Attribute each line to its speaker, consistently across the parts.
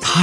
Speaker 1: 他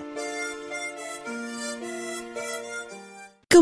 Speaker 2: 各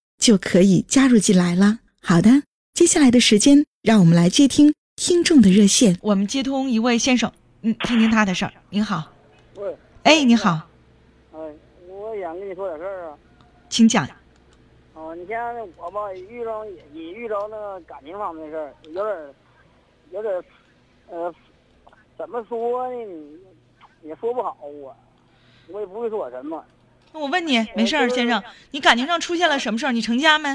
Speaker 2: 就可以加入进来了。好的，接下来的时间，让我们来接听听众的热线。
Speaker 3: 我们接通一位先生，嗯，听听他的事儿。您好，
Speaker 4: 喂，
Speaker 3: 哎，你好，
Speaker 4: 哎，我想跟你说点事儿啊。
Speaker 3: 请讲。
Speaker 4: 啊，你像我吧，遇着也也遇着那个感情方面的事儿，有点儿，有点儿，呃，怎么说呢？也说不好我，我也不会说什么。
Speaker 3: 那我问你，哎没事儿，先生，你感情上出现了什么事儿？你成家没？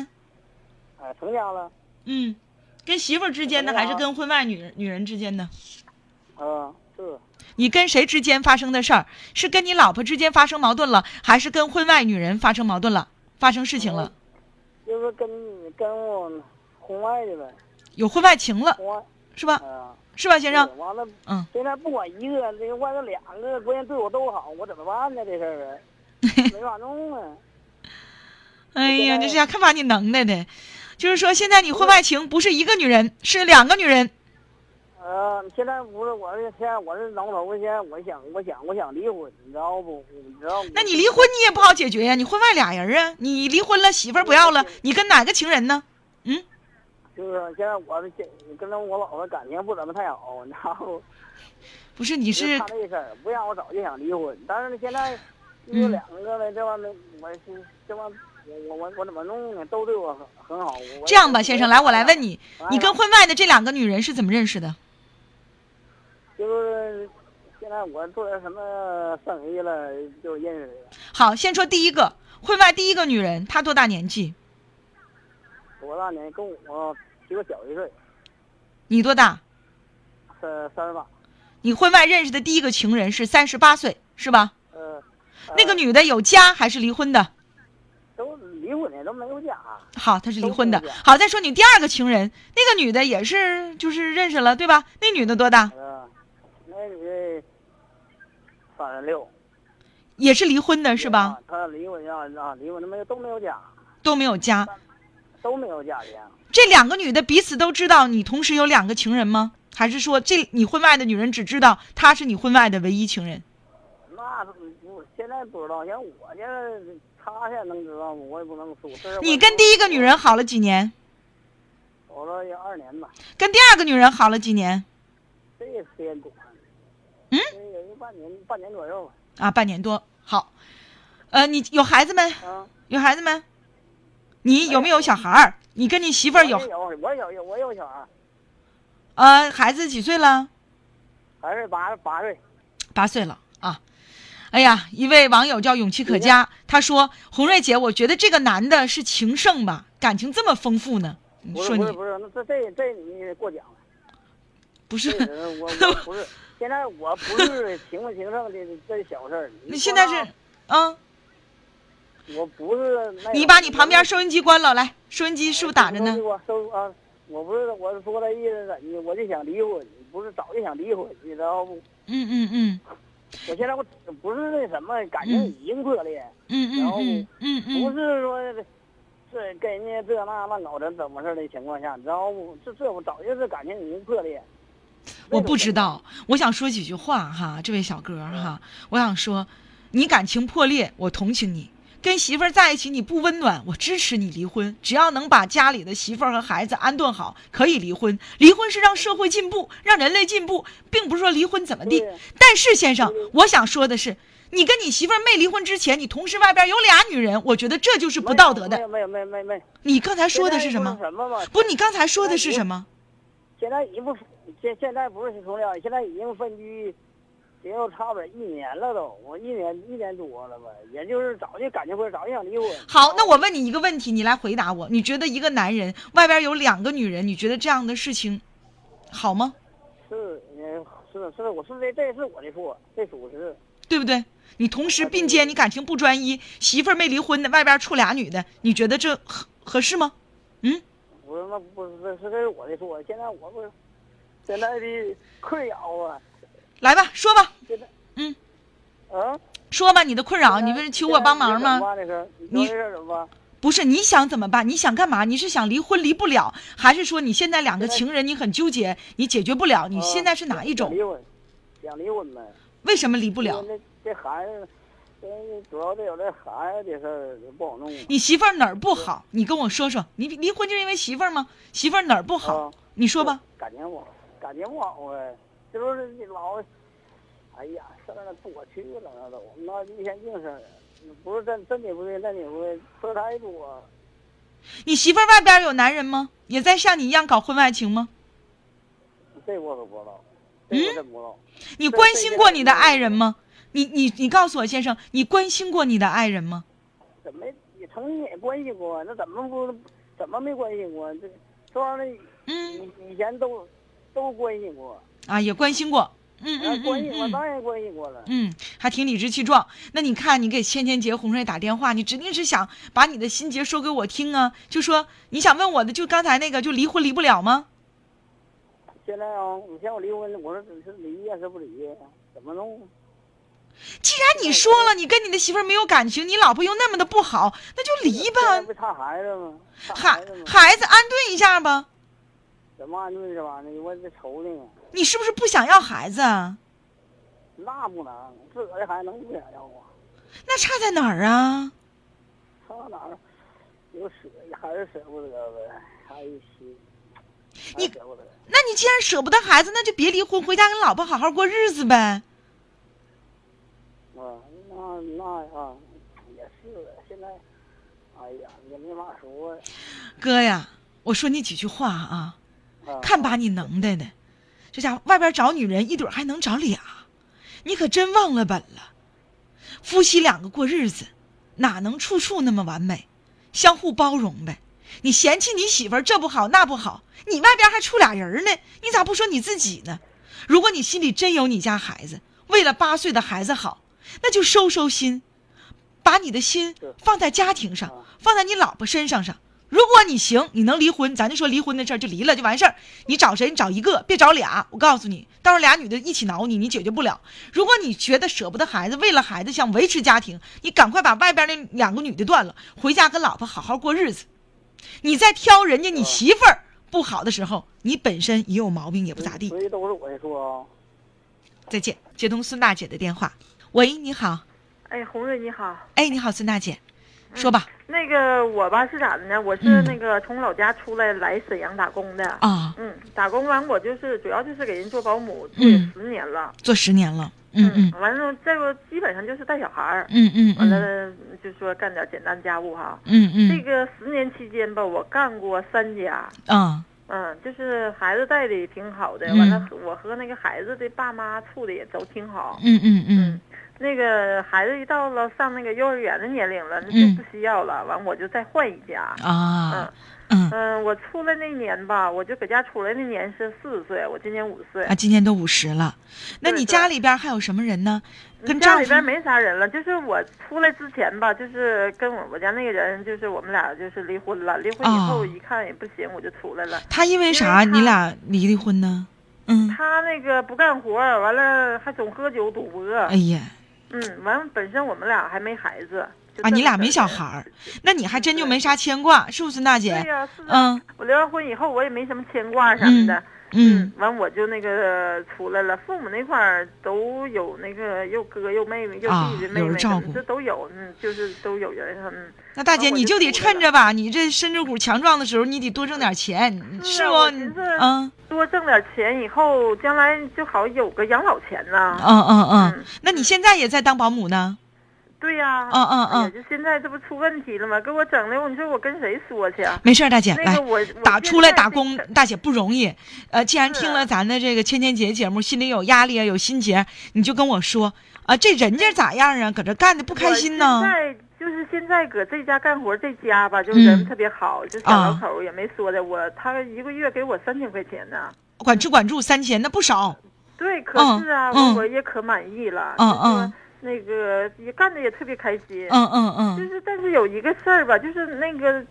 Speaker 4: 哎，成家了，
Speaker 3: 嗯，跟媳妇儿之间的，还是跟婚外女女人之间的？
Speaker 4: 啊，是
Speaker 3: 你跟谁之间发生的事儿？是跟你老婆之间发生矛盾了，还是跟婚外女人发生矛盾了？发生事情了？
Speaker 4: 就是跟跟我婚外的呗，
Speaker 3: 有婚外情了，
Speaker 4: 婚外
Speaker 3: 是吧？
Speaker 4: 啊。
Speaker 3: 是吧，先生？
Speaker 4: 对完了，
Speaker 3: 嗯，
Speaker 4: 现在不管一个，这外头两个，关键对我都好，我怎么办呢？这事儿 啊，没法弄啊。
Speaker 3: 哎呀，这下看把你能耐的，就是说现在你婚外情不是一个女人，是两个女人。
Speaker 4: 呃，现在不是，我是现在我是挠头，现在我想，我想，我想离婚，你知道不？你知道不？
Speaker 3: 那你离婚你也不好解决呀，你婚外俩人啊，你离婚了媳妇儿不要了，你跟哪个情人呢？
Speaker 4: 就是现在我是现跟着我老婆感情不怎么太好，你知道不？
Speaker 3: 不是，你是
Speaker 4: 他这事儿不让我早就想离婚，但是呢，现在有两个了，这帮子我是这帮子我我我怎么弄呢？都对我很很好。我
Speaker 3: 这样吧，先生，来我来问，你，
Speaker 4: 完了
Speaker 3: 你跟婚外的这两个女人是怎么认识的？
Speaker 4: 就是现在我做点什么生意了，就认识了。
Speaker 3: 好，先说第一个，婚外第一个女人，她多大年纪？
Speaker 4: 多大年？跟我比我小一岁，
Speaker 3: 你多大？
Speaker 4: 三三十八。
Speaker 3: 你婚外认识的第一个情人是三十八岁，是吧？
Speaker 4: 呃，
Speaker 3: 那个女的有家还是离婚的？
Speaker 4: 都离婚的，都没有家。
Speaker 3: 好，她是离婚的
Speaker 4: 都是这样。
Speaker 3: 好，再说你第二个情人，那个女的也是，就是认识了，对吧？那女的多大？
Speaker 4: 嗯，那女的三十六，
Speaker 3: 也是离婚的，是吧？
Speaker 4: 啊？她离婚啊啊，离婚他们都没有家，
Speaker 3: 都没有家。
Speaker 4: 都没有家庭。
Speaker 3: 这两个女的彼此都知道你同时有两个情人吗？还是说这你婚外的女人只知道她是你婚外的唯一情人？
Speaker 4: 那不现在不知道，像我现在她现在能知道吗？我也不能说。这是我
Speaker 3: 你跟第一个女人好了几年？
Speaker 4: 走了有二年吧，
Speaker 3: 跟第二个女人好了几年？
Speaker 4: 这个时间短。
Speaker 3: 嗯，
Speaker 4: 有一半年，半年左右吧。
Speaker 3: 啊，半年多。好，呃，你有孩子没？
Speaker 4: 啊，
Speaker 3: 有孩子没？你有没有小孩儿？你跟你媳妇儿
Speaker 4: 我也
Speaker 3: 有？
Speaker 4: 有，我也有有，我有小孩，
Speaker 3: 呃，孩子几岁了？
Speaker 4: 还是八八岁。
Speaker 3: 八岁了啊！哎呀，一位网友叫勇气可
Speaker 4: 嗯
Speaker 3: 嘉，他说：“红瑞姐，我觉得这个男的是情圣吧，感情这么丰富呢。”你
Speaker 4: 不是
Speaker 3: 说
Speaker 4: 不
Speaker 3: 你
Speaker 4: 是不是，那这这这你过奖了。
Speaker 3: 不
Speaker 4: 这
Speaker 3: 是
Speaker 4: 人我我不是，现在我不是情不情圣的这小事儿。
Speaker 3: 你现在
Speaker 4: 啊
Speaker 3: 是，嗯，
Speaker 4: 是？我不是那种。
Speaker 3: 你把你旁边收音机关了，来，收音机是不是打着呢？
Speaker 4: 哎我收啊，我不是我是说的意思怎的，我就想离婚，不是早就想离婚，你知道不？
Speaker 3: 嗯嗯嗯
Speaker 4: 我现在我不是那什么，感情已经破裂，
Speaker 3: 嗯嗯嗯
Speaker 4: 不
Speaker 3: 嗯嗯，
Speaker 4: 是说这跟人家这那乱搞成怎么事儿的情况下，你知道不？这这我早就是感情已经破裂。
Speaker 3: 我不知道，我想说几句话哈，这位小哥儿
Speaker 4: 嗯
Speaker 3: 哈，我想说，你感情破裂，我同情你。跟媳妇儿在一起你不温暖，我支持你离婚。只要能把家里的媳妇儿和孩子安顿好，可以离婚。离婚是让社会进步，让人类进步，并不是说离婚怎么地
Speaker 4: 对。
Speaker 3: 但是先生，我想说的是，你跟你媳妇儿没离婚之前，你同时外边有俩女人，我觉得这就是不道德
Speaker 4: 没
Speaker 3: 的。
Speaker 4: 有没有没有没有没有。
Speaker 3: 你刚才说的是什
Speaker 4: 现
Speaker 3: 么
Speaker 4: 在？什么嘛？
Speaker 3: 不，你刚才说的
Speaker 4: 哎
Speaker 3: 是什么？
Speaker 4: 现在已经不现现在不是同了，现在已经分居，也有差不多一年了都，我一年一年多了吧，也就是早就感情婚，早就想离婚。
Speaker 3: 好，那我问你一个问题，你来回答我。你觉得一个男人外边有两个女人，你觉得这样的事情好吗？
Speaker 4: 是，嗯，是是，我是这这是我的错，这属实。
Speaker 3: 对不对？你同时并肩，你感情不专一，媳妇儿没离婚的，外边处俩女的，你觉得这合合适吗？
Speaker 4: 我说那不是这是这是我的错，现在我不是现在的困扰啊，
Speaker 3: 来吧，说吧，
Speaker 4: 啊，
Speaker 3: 说吧，你的困啊扰，你不是求我帮忙吗？？
Speaker 4: 这事儿你说这事儿怎么办？
Speaker 3: 不是，你想怎么办？你想干嘛？你是想离婚离不了，还是说你现在两个情人你很纠结，你解决不了？你现在是哪一种
Speaker 4: 离？婚，想离婚呗。
Speaker 3: 为什么离不了？
Speaker 4: 这这孩子，这主要得有这孩子的事儿不好弄。啊
Speaker 3: 你媳妇儿哪儿不好？你跟我说说，你离婚就是因为媳妇儿吗？媳妇儿哪儿不好？
Speaker 4: 啊，
Speaker 3: 你说吧。，
Speaker 4: 感情不好，感情不好呗，这都是老，哎呀，事儿那多去了，那都那一天净事儿，不是真真的不对，那也不对，事儿太多。
Speaker 3: 你媳妇儿外边有男人吗？也在像你一样搞婚外情吗？
Speaker 4: 这我可不知道，这我真不知道。
Speaker 3: 你关心过你的爱人吗？你你你告诉我，先生，你关心过你的爱人吗？
Speaker 4: 怎么也曾经也关系过，那怎么不怎么没关系过？这这玩意儿
Speaker 3: 嗯
Speaker 4: 以以前都都关系过，
Speaker 3: 啊，也关心过。嗯
Speaker 4: 啊
Speaker 3: 嗯
Speaker 4: 关系过
Speaker 3: 嗯嗯
Speaker 4: 当然关系过了。
Speaker 3: 嗯，还挺理直气壮。那你看，你给千千杰、红瑞打电话，你指定是想把你的心结说给我听啊，就说你想问我的，就刚才那个，就离婚离不了吗？
Speaker 4: 现在啊，你像我离婚，我说只是离呀，是不离呀？怎么弄？
Speaker 3: 既然你说了，你跟你的媳妇儿没有感情，你老婆又那么的不好，那就离
Speaker 4: 现在
Speaker 3: 吧，
Speaker 4: 不差孩子吗？差
Speaker 3: 孩
Speaker 4: 孩子吗？
Speaker 3: 孩子安顿一下吧。
Speaker 4: 怎么安顿这玩意儿？我这愁的呢。
Speaker 3: 你是不是不想要孩子啊？
Speaker 4: 那不能，自个儿的孩子能不想要啊？
Speaker 3: 那差在哪儿啊？
Speaker 4: 上哪儿？有舍还是舍不得呗，还一心，还
Speaker 3: 你
Speaker 4: 是舍不得。
Speaker 3: 那你既然舍不得孩子，那就别离婚，回家跟老婆好好过日子呗。
Speaker 4: 啊，那那啊，也是的。现在，哎呀，也没法说。
Speaker 3: 哥呀，我说你几句话啊，
Speaker 4: 啊、
Speaker 3: 看把你能耐的。这家伙外边找女人一对儿还能找俩，你可真忘了本了。夫妻两个过日子，哪能处处那么完美？相互包容呗。你嫌弃你媳妇儿这不好那不好，你外边还处俩人儿呢，你咋不说你自己呢？如果你心里真有你家孩子，为了八岁的孩子好，那就收收心，把你的心
Speaker 4: 是
Speaker 3: 放在家庭上
Speaker 4: 啊，
Speaker 3: 放在你老婆身上上。如果你行，你能离婚，咱就说离婚的事儿就离了就完事儿。你找谁？你找一个，别找俩。我告诉你，到时候俩女的一起挠你，你解决不了。如果你觉得舍不得孩子，为了孩子想维持家庭，你赶快把外边那两个女的断了，回家跟老婆好好过日子。你在挑人家你
Speaker 4: 嗯
Speaker 3: 媳妇儿不好的时候，你本身也有毛病，也不咋地
Speaker 5: 嗯
Speaker 4: 所。以都是我的错啊。
Speaker 3: 再见，接通孙大姐的电话。喂，你好，
Speaker 5: 哎，红瑞你好，
Speaker 3: 哎，你好，孙大姐，
Speaker 5: 嗯
Speaker 3: 说吧。
Speaker 5: 那个我吧是咋的呢？我是那个从老家出来来沈阳打工的。
Speaker 3: 嗯啊、
Speaker 5: 嗯，打工完我就是主要就是给人做保姆，做了十年了。
Speaker 3: 做十年了，嗯嗯
Speaker 5: 完了这个基本上就是带小孩儿，
Speaker 3: 嗯嗯嗯
Speaker 5: 完了就说干点简单家务哈。
Speaker 3: 嗯
Speaker 5: 这
Speaker 3: 嗯
Speaker 5: 个十年期间吧，我干过三家，
Speaker 3: 啊
Speaker 5: 嗯，就是孩子带的挺好的，
Speaker 3: 嗯
Speaker 5: 完了我和那个孩子的爸妈处的也都挺好。
Speaker 3: 嗯嗯嗯
Speaker 5: 嗯，那个孩子一到了上那个幼儿园的年龄了，那
Speaker 3: 嗯
Speaker 5: 就不需要了。完，我就再换一家。嗯
Speaker 3: 啊嗯
Speaker 5: 嗯，我出来那年吧，我就搁家出来那年是四十岁，我今年五十岁
Speaker 3: 啊，。今年都五十了，那
Speaker 5: 对
Speaker 3: 你
Speaker 5: 对
Speaker 3: 家里边还有什么人呢？跟
Speaker 5: 家
Speaker 3: 丈
Speaker 5: 里
Speaker 3: 夫
Speaker 5: 边没啥人了，就是我出来之前吧，就是跟我我家那个人，就是我们俩就是离婚了。离婚以后
Speaker 3: 哦
Speaker 5: 一看也不行，我就出来了。
Speaker 3: 他因为啥
Speaker 5: 因为他
Speaker 3: 你俩离的婚呢？嗯，
Speaker 5: 他那个不干活，完了还总喝酒赌博。
Speaker 3: 哎呀
Speaker 5: 嗯，完了本身我们俩还没孩子。就
Speaker 3: 啊，
Speaker 5: 这么
Speaker 3: 你俩
Speaker 5: 个
Speaker 3: 没小
Speaker 5: 人
Speaker 3: 孩儿，那你还真就没啥牵挂，是不是孙大
Speaker 5: 对
Speaker 3: 姐？
Speaker 5: 呀、是啊。
Speaker 3: 嗯
Speaker 5: 我离完婚以后，我也没什么牵挂什么的。
Speaker 3: 嗯，
Speaker 5: 完我就那个出来了，父母那块儿都有那个又哥又妹妹又
Speaker 3: 啊
Speaker 5: 弟弟妹
Speaker 3: 有
Speaker 5: 妹
Speaker 3: 人照
Speaker 5: 什
Speaker 3: 顾
Speaker 5: 么，这都有，嗯，就是都有人嗯。
Speaker 3: 那大姐
Speaker 5: 啊我
Speaker 3: 你
Speaker 5: 就
Speaker 3: 就得
Speaker 5: 出来
Speaker 3: 趁
Speaker 5: 了
Speaker 3: 着吧，你这身子骨强壮的时候，你得多挣点钱，
Speaker 5: 是啊
Speaker 3: 不？
Speaker 5: 我寻思
Speaker 3: 嗯
Speaker 5: 多挣点钱，以后将来就好有个养老钱呐、
Speaker 3: 嗯嗯嗯
Speaker 5: 嗯。
Speaker 3: 那你现在也在当保姆呢？
Speaker 5: 对呀、
Speaker 3: 嗯嗯
Speaker 5: 哎呀
Speaker 3: 嗯
Speaker 5: 就现在这不出问题了吗？给我整的，你说我跟谁说去啊？
Speaker 3: 没事儿，大姐，
Speaker 5: 那
Speaker 3: 来
Speaker 5: 个我我
Speaker 3: 哎打
Speaker 5: 现
Speaker 3: 出来
Speaker 5: 在
Speaker 3: 打
Speaker 5: 这
Speaker 3: 工
Speaker 5: 个，
Speaker 3: 大姐不容易。呃，既然
Speaker 5: 是
Speaker 3: 听了咱的这个千千姐节目，心里有压力啊，有心结，你就跟我说啊，这人家咋样啊？搁这干的不开心
Speaker 5: 我现
Speaker 3: 呢？
Speaker 5: 在就是现在搁这家干活，这家吧，就
Speaker 3: 嗯
Speaker 5: 人特别好，就小
Speaker 3: 啊
Speaker 5: 老口儿也没说的。我他一个月给我三千块钱呢。
Speaker 3: 管吃管住三千，那不少。
Speaker 5: 对，可
Speaker 3: 嗯
Speaker 5: 是啊，
Speaker 3: 嗯
Speaker 5: 我也可满意了。
Speaker 3: 嗯
Speaker 5: 就说
Speaker 3: 嗯
Speaker 5: 那个也干的也特别开心。
Speaker 3: 嗯嗯
Speaker 5: 就
Speaker 3: 嗯
Speaker 5: 是，但是有一个事儿吧，就是那个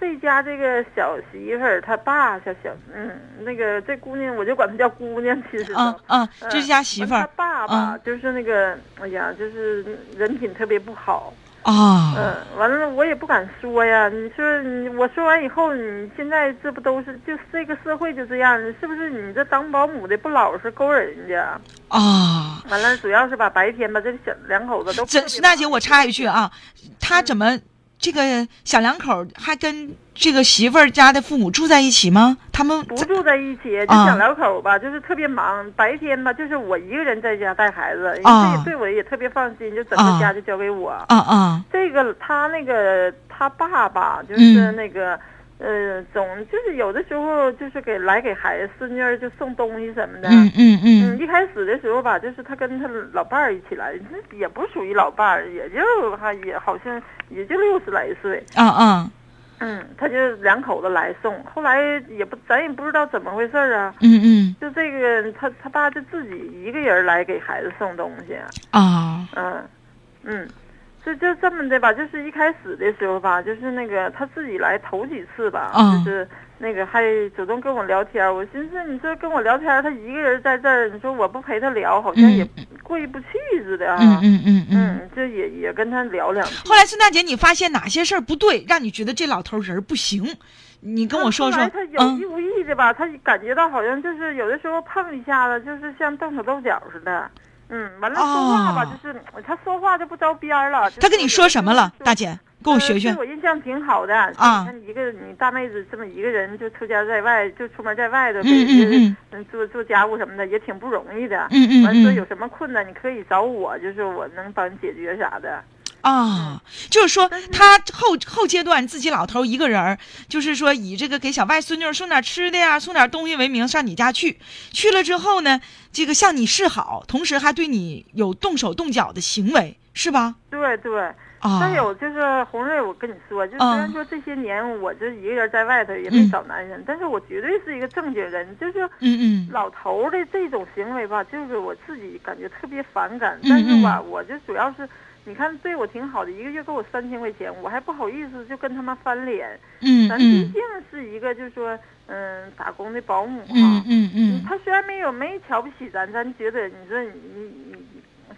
Speaker 5: 这家这个小媳妇儿，她爸小小，嗯，那个这姑娘，我就管她叫姑娘，其实都。
Speaker 3: 嗯嗯，
Speaker 5: 嗯
Speaker 3: 这家媳妇
Speaker 5: 她
Speaker 3: 儿嗯
Speaker 5: 爸爸就是那个，哎呀，就是人品特别不好，
Speaker 3: 啊，
Speaker 5: 嗯，完了我也不敢说呀。你说你我说完以后，你现在这不都是就是这个社会就这样，是不是？你这当保姆的不老实，勾人家。
Speaker 3: 啊。
Speaker 5: 完了，主要是吧，白天吧，这小两口子都
Speaker 3: 这
Speaker 5: 特别
Speaker 3: 孙大姐，
Speaker 5: 忙
Speaker 3: 我插一句啊，她怎么这个小两口还跟这个媳妇儿家的父母住在一起吗？他们
Speaker 5: 不
Speaker 3: 在
Speaker 5: 住在一起，就
Speaker 3: 啊
Speaker 5: 小两口吧，就是特别忙。白天吧，就是我一个人在家带孩子，
Speaker 3: 啊
Speaker 5: 这也对我也特别放心，就整
Speaker 3: 啊
Speaker 5: 个家就交给我。
Speaker 3: 啊啊
Speaker 5: 这个他那个他爸爸就是
Speaker 3: 嗯
Speaker 5: 那个，呃，总就是有的时候就是给来给孩子孙女儿就送东西什么的。
Speaker 3: 嗯嗯
Speaker 5: 嗯
Speaker 3: 嗯
Speaker 5: 一开始的时候吧，就是他跟他老伴儿一起来，那也不属于老伴儿，也就还也好像也就六十来岁。
Speaker 3: 啊啊
Speaker 5: 嗯，他就两口子来送，后来也不咱也不知道怎么回事儿啊。
Speaker 3: 嗯嗯
Speaker 5: 就这个，他他爸就自己一个人来给孩子送东西，
Speaker 3: 啊
Speaker 5: 嗯，嗯，就就这么的吧，就是一开始的时候吧，就是那个他自己来头几次吧，
Speaker 3: 嗯
Speaker 5: 就是那个还主动跟我聊天儿，我寻思你这跟我聊天儿，他一个人在这儿，你说我不陪他聊，好像
Speaker 3: 嗯
Speaker 5: 也过意不去似的啊，
Speaker 3: 嗯嗯嗯嗯。
Speaker 5: 嗯，就也也跟他聊两句。
Speaker 3: 后来孙大姐，你发现哪些事儿不对，让你觉得这老头人儿不行？你跟我说
Speaker 5: 后
Speaker 3: 说
Speaker 5: 来他。有意
Speaker 3: 嗯
Speaker 5: 无意的吧，他感觉到好像就是有的时候碰一下子，就是像动手动脚似的。嗯，完了说话吧，
Speaker 3: 哦
Speaker 5: 就是他说话就不着边儿了。就是
Speaker 3: 他跟你说什么了，大姐？跟我
Speaker 5: 呃
Speaker 3: 学学
Speaker 5: 对。我印象挺好的
Speaker 3: 啊
Speaker 5: 你看一个你大妹子这么一个人就出家在外，就出门在外的，
Speaker 3: 嗯嗯嗯
Speaker 5: 嗯，做做家务什么的也挺不容易的。
Speaker 3: 嗯嗯
Speaker 5: 完了说
Speaker 3: 嗯
Speaker 5: 有什么困难你可以找我，就是我能帮你解决啥的。
Speaker 3: 啊，就是说他后后阶段自己老头一个人儿，就是说以这个给小外孙女儿送点吃的呀，送点东西为名上你家去，去了之后呢，这个向你示好，同时还对你有动手动脚的行为，是吧？
Speaker 5: 对对。
Speaker 3: 啊，
Speaker 5: 再有就是红瑞，我跟你说，就虽然说这些年我这一个人在外头也没
Speaker 3: 嗯
Speaker 5: 找男人，但是我绝对是一个正经人。就是
Speaker 3: 嗯嗯
Speaker 5: 老头儿的这种行为吧，就是我自己感觉特别反感。
Speaker 3: 嗯
Speaker 5: 但是吧，我就主要是，你看对我挺好的，一个月给我三千块钱，我还不好意思就跟他们翻脸。
Speaker 3: 嗯
Speaker 5: 咱毕
Speaker 3: 嗯
Speaker 5: 竟是一个就是说，嗯，打工的保姆
Speaker 3: 嗯
Speaker 5: 啊，
Speaker 3: 嗯嗯，
Speaker 5: 嗯他虽然没有没瞧不起咱，咱觉得你说你你你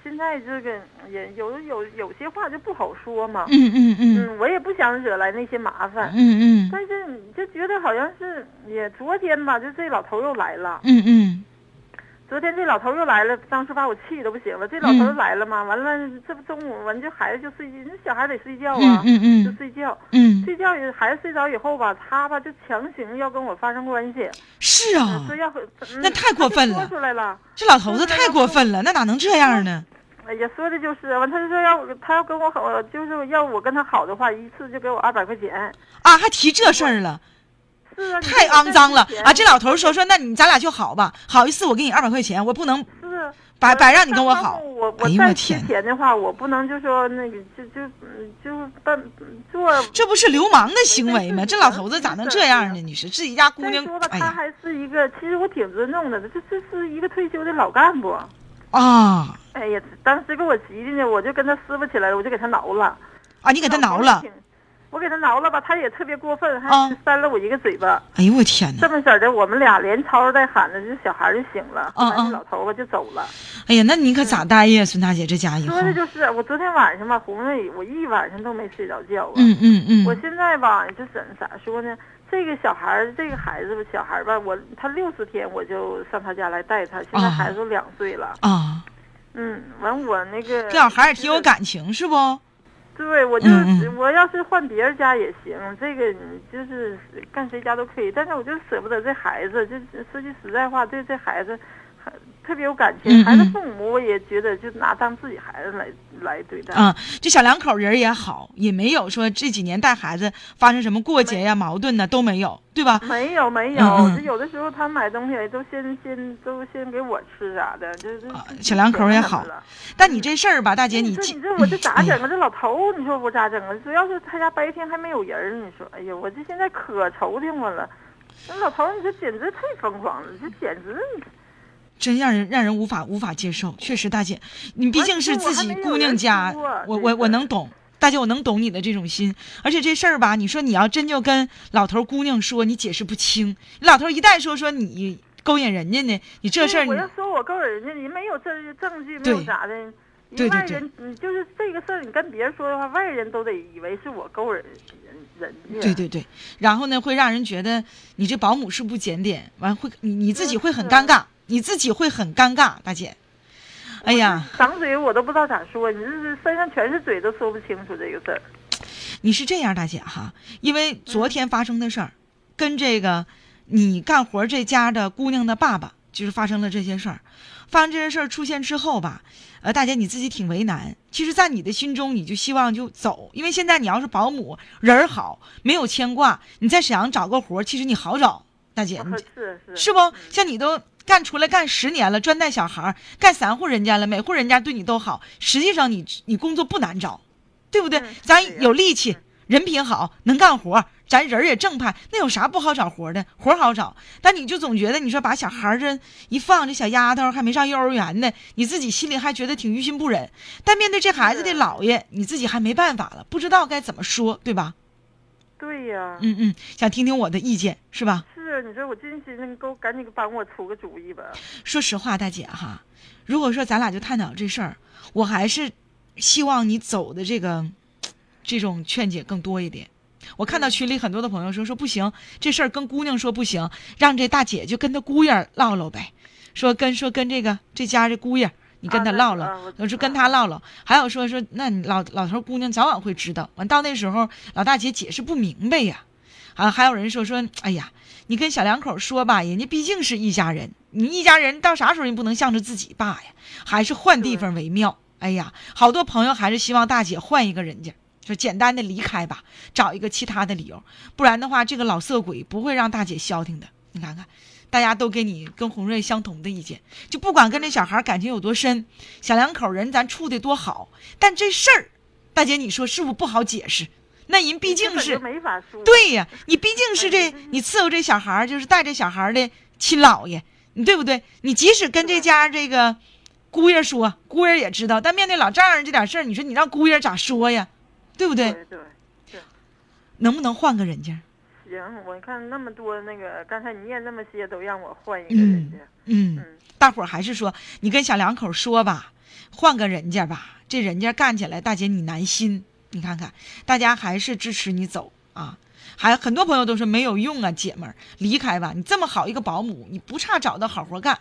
Speaker 5: 现在这个也有有有些话就不好说嘛。
Speaker 3: 嗯嗯嗯
Speaker 5: 嗯，我也不想惹来那些麻烦，
Speaker 3: 嗯嗯
Speaker 5: 但是你就觉得好像是也昨天吧，就这老头又来了。
Speaker 3: 嗯嗯
Speaker 5: 昨天这老头又来了，当时把我气都不行了。这老头又来了嘛，完了这不中午完就孩子就睡觉，那小孩得睡觉啊，
Speaker 3: 嗯嗯
Speaker 5: 就
Speaker 3: 嗯
Speaker 5: 睡觉。
Speaker 3: 嗯，
Speaker 5: 睡觉也孩子睡着以后吧，他吧就强行要跟我发生关系，
Speaker 3: 是啊
Speaker 5: 说，要和、嗯、
Speaker 3: 那太过分了
Speaker 5: 他就说出来了。
Speaker 3: 这老头子太过分了，那哪能这样呢？
Speaker 5: 哎呀，说的就是，完他就说要我他要跟我好，就是要我跟他好的话，一次就给我二百块钱。
Speaker 3: 啊，还提这事儿了，
Speaker 5: 是啊，你
Speaker 3: 太
Speaker 5: 说我
Speaker 3: 肮脏 了
Speaker 5: 挣钱
Speaker 3: 啊！这老头说说，那你咱俩就好吧，好一次我给你二百块钱，我不能
Speaker 5: 是啊
Speaker 3: 白
Speaker 5: 我
Speaker 3: 白让你跟我
Speaker 5: 当保
Speaker 3: 好
Speaker 5: 姆我
Speaker 3: 哎
Speaker 5: 我
Speaker 3: 呦我
Speaker 5: 再缺
Speaker 3: 天
Speaker 5: 钱的话，我不能就说那个就就嗯就是办做。
Speaker 3: 这不是流氓的行为吗？
Speaker 5: 没事
Speaker 3: 这老头子咋能这样呢？
Speaker 5: 没
Speaker 3: 你说自己家姑
Speaker 5: 再
Speaker 3: 娘
Speaker 5: 说吧，，
Speaker 3: 哎
Speaker 5: 他
Speaker 3: 呀
Speaker 5: 还是一个，其实我挺尊重的，这这是一个退休的老干部。
Speaker 3: 啊
Speaker 5: 哎呀，当时给我急的呢，我就跟他撕巴起来了，我就给他挠了，
Speaker 3: 啊！你给他挠
Speaker 5: 老头
Speaker 3: 了
Speaker 5: 挺，。我给他挠了吧，他也特别过分，
Speaker 3: 啊
Speaker 5: 还扇了我一个嘴巴。
Speaker 3: 哎呦我天哪
Speaker 5: 这！么式儿的，我们俩连吵带喊的，这小孩儿就醒了，
Speaker 3: 嗯
Speaker 5: 完这
Speaker 3: 嗯
Speaker 5: 老头儿吧就走了。
Speaker 3: 哎呀，那你可咋待呀，孙大姐这家以后
Speaker 5: 嗯说，的就是我昨天晚上吧，红瑞，我一晚上都没睡着觉啊。
Speaker 3: 嗯嗯
Speaker 5: 我
Speaker 3: 嗯
Speaker 5: 现在吧，就怎咋说呢？这个小孩儿，这个孩子吧，小孩儿吧，我他六十天我就上他家来带他，现在
Speaker 3: 啊
Speaker 5: 孩子都两岁了。
Speaker 3: 啊，
Speaker 5: 嗯，完我那个
Speaker 3: 这小孩也挺有
Speaker 5: 就是。
Speaker 3: 感情是不？
Speaker 5: 对，我就、
Speaker 3: 嗯嗯
Speaker 5: 我要是换别人家也行，这个你就是干谁家都可以，但是我就舍不得这孩子，就说句实在话，对这孩子很特别有感
Speaker 3: 嗯
Speaker 5: 情，孩子
Speaker 3: 嗯
Speaker 5: 父母我也觉得就拿当自己孩子来来对待。
Speaker 3: 啊、这小两口人也好，也没有说这几年带孩子发生什么过节呀、矛盾呢，都没有，对吧？
Speaker 5: 没有没有，
Speaker 3: 嗯嗯
Speaker 5: 就有的时候他买东西都先先都先给我吃啥的，就是
Speaker 3: 啊小两口也好但你这事儿吧，大姐，你
Speaker 5: 姐，你说
Speaker 3: 记
Speaker 5: 你这我这咋
Speaker 3: 嗯
Speaker 5: 整啊？这老头，你说我咋整啊？主要是他家白天还没有人儿，你说，哎呀，我这现在可愁挺我了。那老头儿，你说简直太疯狂了，这简直！
Speaker 3: 真让人让人无法无法接受。确实，大姐，你毕
Speaker 5: 而
Speaker 3: 竟
Speaker 5: 且
Speaker 3: 是
Speaker 5: 我
Speaker 3: 自
Speaker 5: 还
Speaker 3: 己
Speaker 5: 没有
Speaker 3: 姑娘
Speaker 5: 人
Speaker 3: 家，
Speaker 5: 说啊
Speaker 3: 我
Speaker 5: 这
Speaker 3: 我
Speaker 5: 事
Speaker 3: 我
Speaker 5: 儿
Speaker 3: 能懂，大姐，我能懂你的这种心。而且这事儿吧，你说你要真就跟老头儿姑娘说，你解释不清。你老头儿一旦说说你勾引人家呢，你这事儿
Speaker 5: 我要
Speaker 3: 你
Speaker 5: 说我够人家，你没有证证据，没有
Speaker 3: 对
Speaker 5: 啥的。
Speaker 3: 对对
Speaker 5: 一外
Speaker 3: 对
Speaker 5: 人，你就是这个事儿，你跟别人说的话，外人都得以为是我勾人人人家。
Speaker 3: 对对对，然后呢，会让人觉得你这保姆是不检点，完会你你自己会很尴尬，你自己会很尴尬，大姐。哎呀，
Speaker 5: 长嘴我都不知道咋说，你这是身上全是嘴，都说不清楚这个事儿。
Speaker 3: 你是这样，大姐哈，因为昨天发生的事儿，跟这个你干活这家的姑娘的爸爸，就是发生了这些事儿。发生这些事儿出现之后吧，呃，大姐你自己挺为难。其实，在你的心中，你就希望就走，因为现在你要是保姆人儿好，没有牵挂，你在沈阳找个活儿，其实你好找，大姐。你
Speaker 5: 我是是
Speaker 3: 嗯
Speaker 5: 嗯
Speaker 3: 是不？像你都干出来干十年了，专带小孩儿，干三户人家了，每户人家对你都好。实际上你你工作不难找，对不对？
Speaker 5: 嗯是
Speaker 3: 咱
Speaker 5: 呀
Speaker 3: 有力气，人品好，能干活儿，咱人儿也正派，那有啥不好找活儿的？活儿好找，但你就总觉得你说把小孩儿这一放，这小丫头还没上幼儿园呢，你自己心里还觉得挺于心不忍。但面对这孩子的
Speaker 5: 是
Speaker 3: 姥爷，你自己还没办法了，不知道该怎么说，对吧？
Speaker 5: 对呀、
Speaker 3: 嗯嗯，想听听我的意见是吧？
Speaker 5: 是啊你说我真是，你给我赶紧帮我出个主意吧。
Speaker 3: 说实话，大姐哈，如果说咱俩就探讨这事儿，我还是希望你走的这个这种劝解更多一点。我看到
Speaker 5: 嗯
Speaker 3: 群里很多的朋友说说不行，这事儿跟姑娘说不行，让这大姐就跟她姑爷儿唠唠呗，说跟说跟这个这家这姑爷儿，你跟
Speaker 5: 啊
Speaker 3: 他
Speaker 5: 那
Speaker 3: 唠
Speaker 5: 个
Speaker 3: 唠，
Speaker 5: 啊我
Speaker 3: 我
Speaker 5: 知
Speaker 3: 就跟
Speaker 5: 道
Speaker 3: 他唠唠。还有说说，那你老老头儿姑娘早晚会知道，完到那时候老大姐解释不明白呀。啊，还有人说说，哎呀，你跟小两口说吧，人家毕竟是一家人，你一家人到啥时候你不能向着自己爸呀？还是换地方为妙。哎呀，好多朋友还是希望大姐换一个人家，就简单的离开吧，找一个其他的理由，不然的话，这个老色鬼不会让大姐消停的。你看看，大家都给你跟红瑞相同的意见，就不管跟这小孩感情有多深，小两口人咱处的多好，但这事儿，大姐你说是不是不好解释？那人毕
Speaker 5: 根
Speaker 3: 竟
Speaker 5: 本
Speaker 3: 是
Speaker 5: 就没法说。
Speaker 3: 对呀，你毕竟是这
Speaker 5: 哎真是，
Speaker 3: 你伺候这小孩儿，就是带这小孩儿的亲姥爷，你对不对？你即使跟这家这个姑爷说，姑爷也知道，但面对老丈人这点事儿，你说你让姑爷咋说呀？对不对？
Speaker 5: 对对，
Speaker 3: 能不能换个人家？
Speaker 5: 行，我看那么多那个，刚才你念那么些，都让我换一个人
Speaker 3: 嗯
Speaker 5: 家。
Speaker 3: 嗯
Speaker 5: 嗯，
Speaker 3: 大伙儿还是说，你跟小两口说吧，换个人家吧，这人家干起来，大姐你难心。你看看，大家还是支持你走啊。还很多朋友都说没有用啊，姐们儿，离开吧。你这么好一个保姆，你不差找到好活干。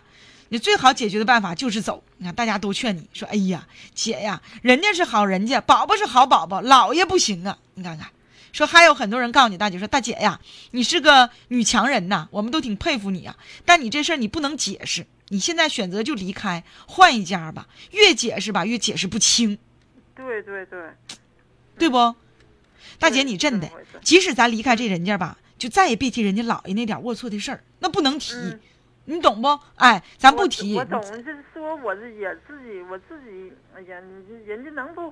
Speaker 3: 你最好解决的办法就是走。你看，大家都劝你说：“哎呀，姐呀，人家是好人家，宝宝是好宝宝，姥爷不行啊。”你看看，说还有很多人告诉你，大姐说：“大姐呀，你是个女强人呐，我们都挺佩服你啊。但你这事儿你不能解释，你现在选择就离开，换一家吧。越解释吧，越解释不清，
Speaker 5: 对对对，
Speaker 3: 对不？大姐，
Speaker 5: 对
Speaker 3: 你真
Speaker 5: 是
Speaker 3: 的
Speaker 5: 这么回事，
Speaker 3: 即使咱离开这人家吧，就再也别提人家姥爷那点龌龊的事儿，那不能提，
Speaker 5: 嗯，
Speaker 3: 你懂不？哎，咱不
Speaker 5: 我
Speaker 3: 提，
Speaker 5: 我懂，就是说我自己也自己，我自己，哎呀，你这人家能不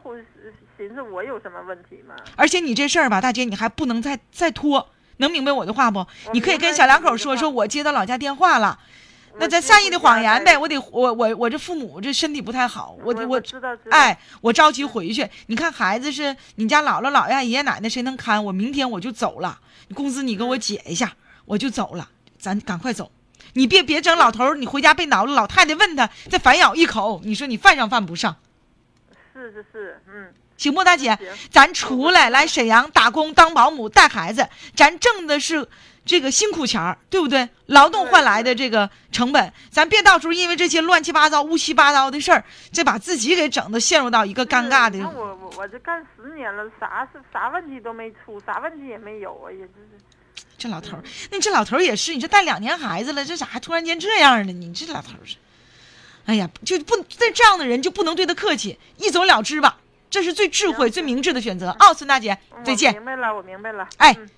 Speaker 5: 寻思我有什么问题吗？
Speaker 3: 而且你这事儿吧，大姐，你还不能再再拖，能明白我的话不？你可以
Speaker 5: 明
Speaker 3: 跟
Speaker 5: 白
Speaker 3: 小两
Speaker 5: 你
Speaker 3: 口
Speaker 5: 的
Speaker 3: 说，
Speaker 5: 话
Speaker 3: 说我接到老家电话了，那
Speaker 5: 我
Speaker 3: 咱
Speaker 5: 接
Speaker 3: 善意
Speaker 5: 回
Speaker 3: 的
Speaker 5: 家
Speaker 3: 谎言
Speaker 5: 来
Speaker 3: 呗。我得我我我这父母这身体不太好，我
Speaker 5: 我
Speaker 3: 我
Speaker 5: 知道知道，
Speaker 3: 哎，我着急回去。你看孩子是你家姥姥、姥爷、爷爷奶奶谁能看？我明天我就走了，工资你给我解一下，我就走了，咱赶快走。你别别整老头儿，你回家被挠了，老太太问他再反咬一口，你说你犯上犯不上？
Speaker 5: 是是是，嗯，
Speaker 3: 行不，大姐
Speaker 5: 行？
Speaker 3: 咱出来来沈阳打工当保姆带孩子，咱挣的是这个辛苦钱儿，对不对？劳动换来的这个成本，咱别到时候因为这些乱七八糟、乌七八糟的事儿，这把自己给整的陷入到一个尴尬的
Speaker 5: 你。看嗯我我我这干十年了，啥事啥问题都没出，啥问题也没有，哎呀，就是
Speaker 3: 这老头儿，那这老头儿也是，你这带两年孩子了，这咋还突然间这样呢？你这老头儿是，哎呀，就不这这样的人就不能对他客气，一走了之吧，这是最智慧、最明智的选择。哦，孙大姐，
Speaker 5: 我
Speaker 3: 再见。
Speaker 5: 明白了，我明白了。
Speaker 3: 哎
Speaker 5: 嗯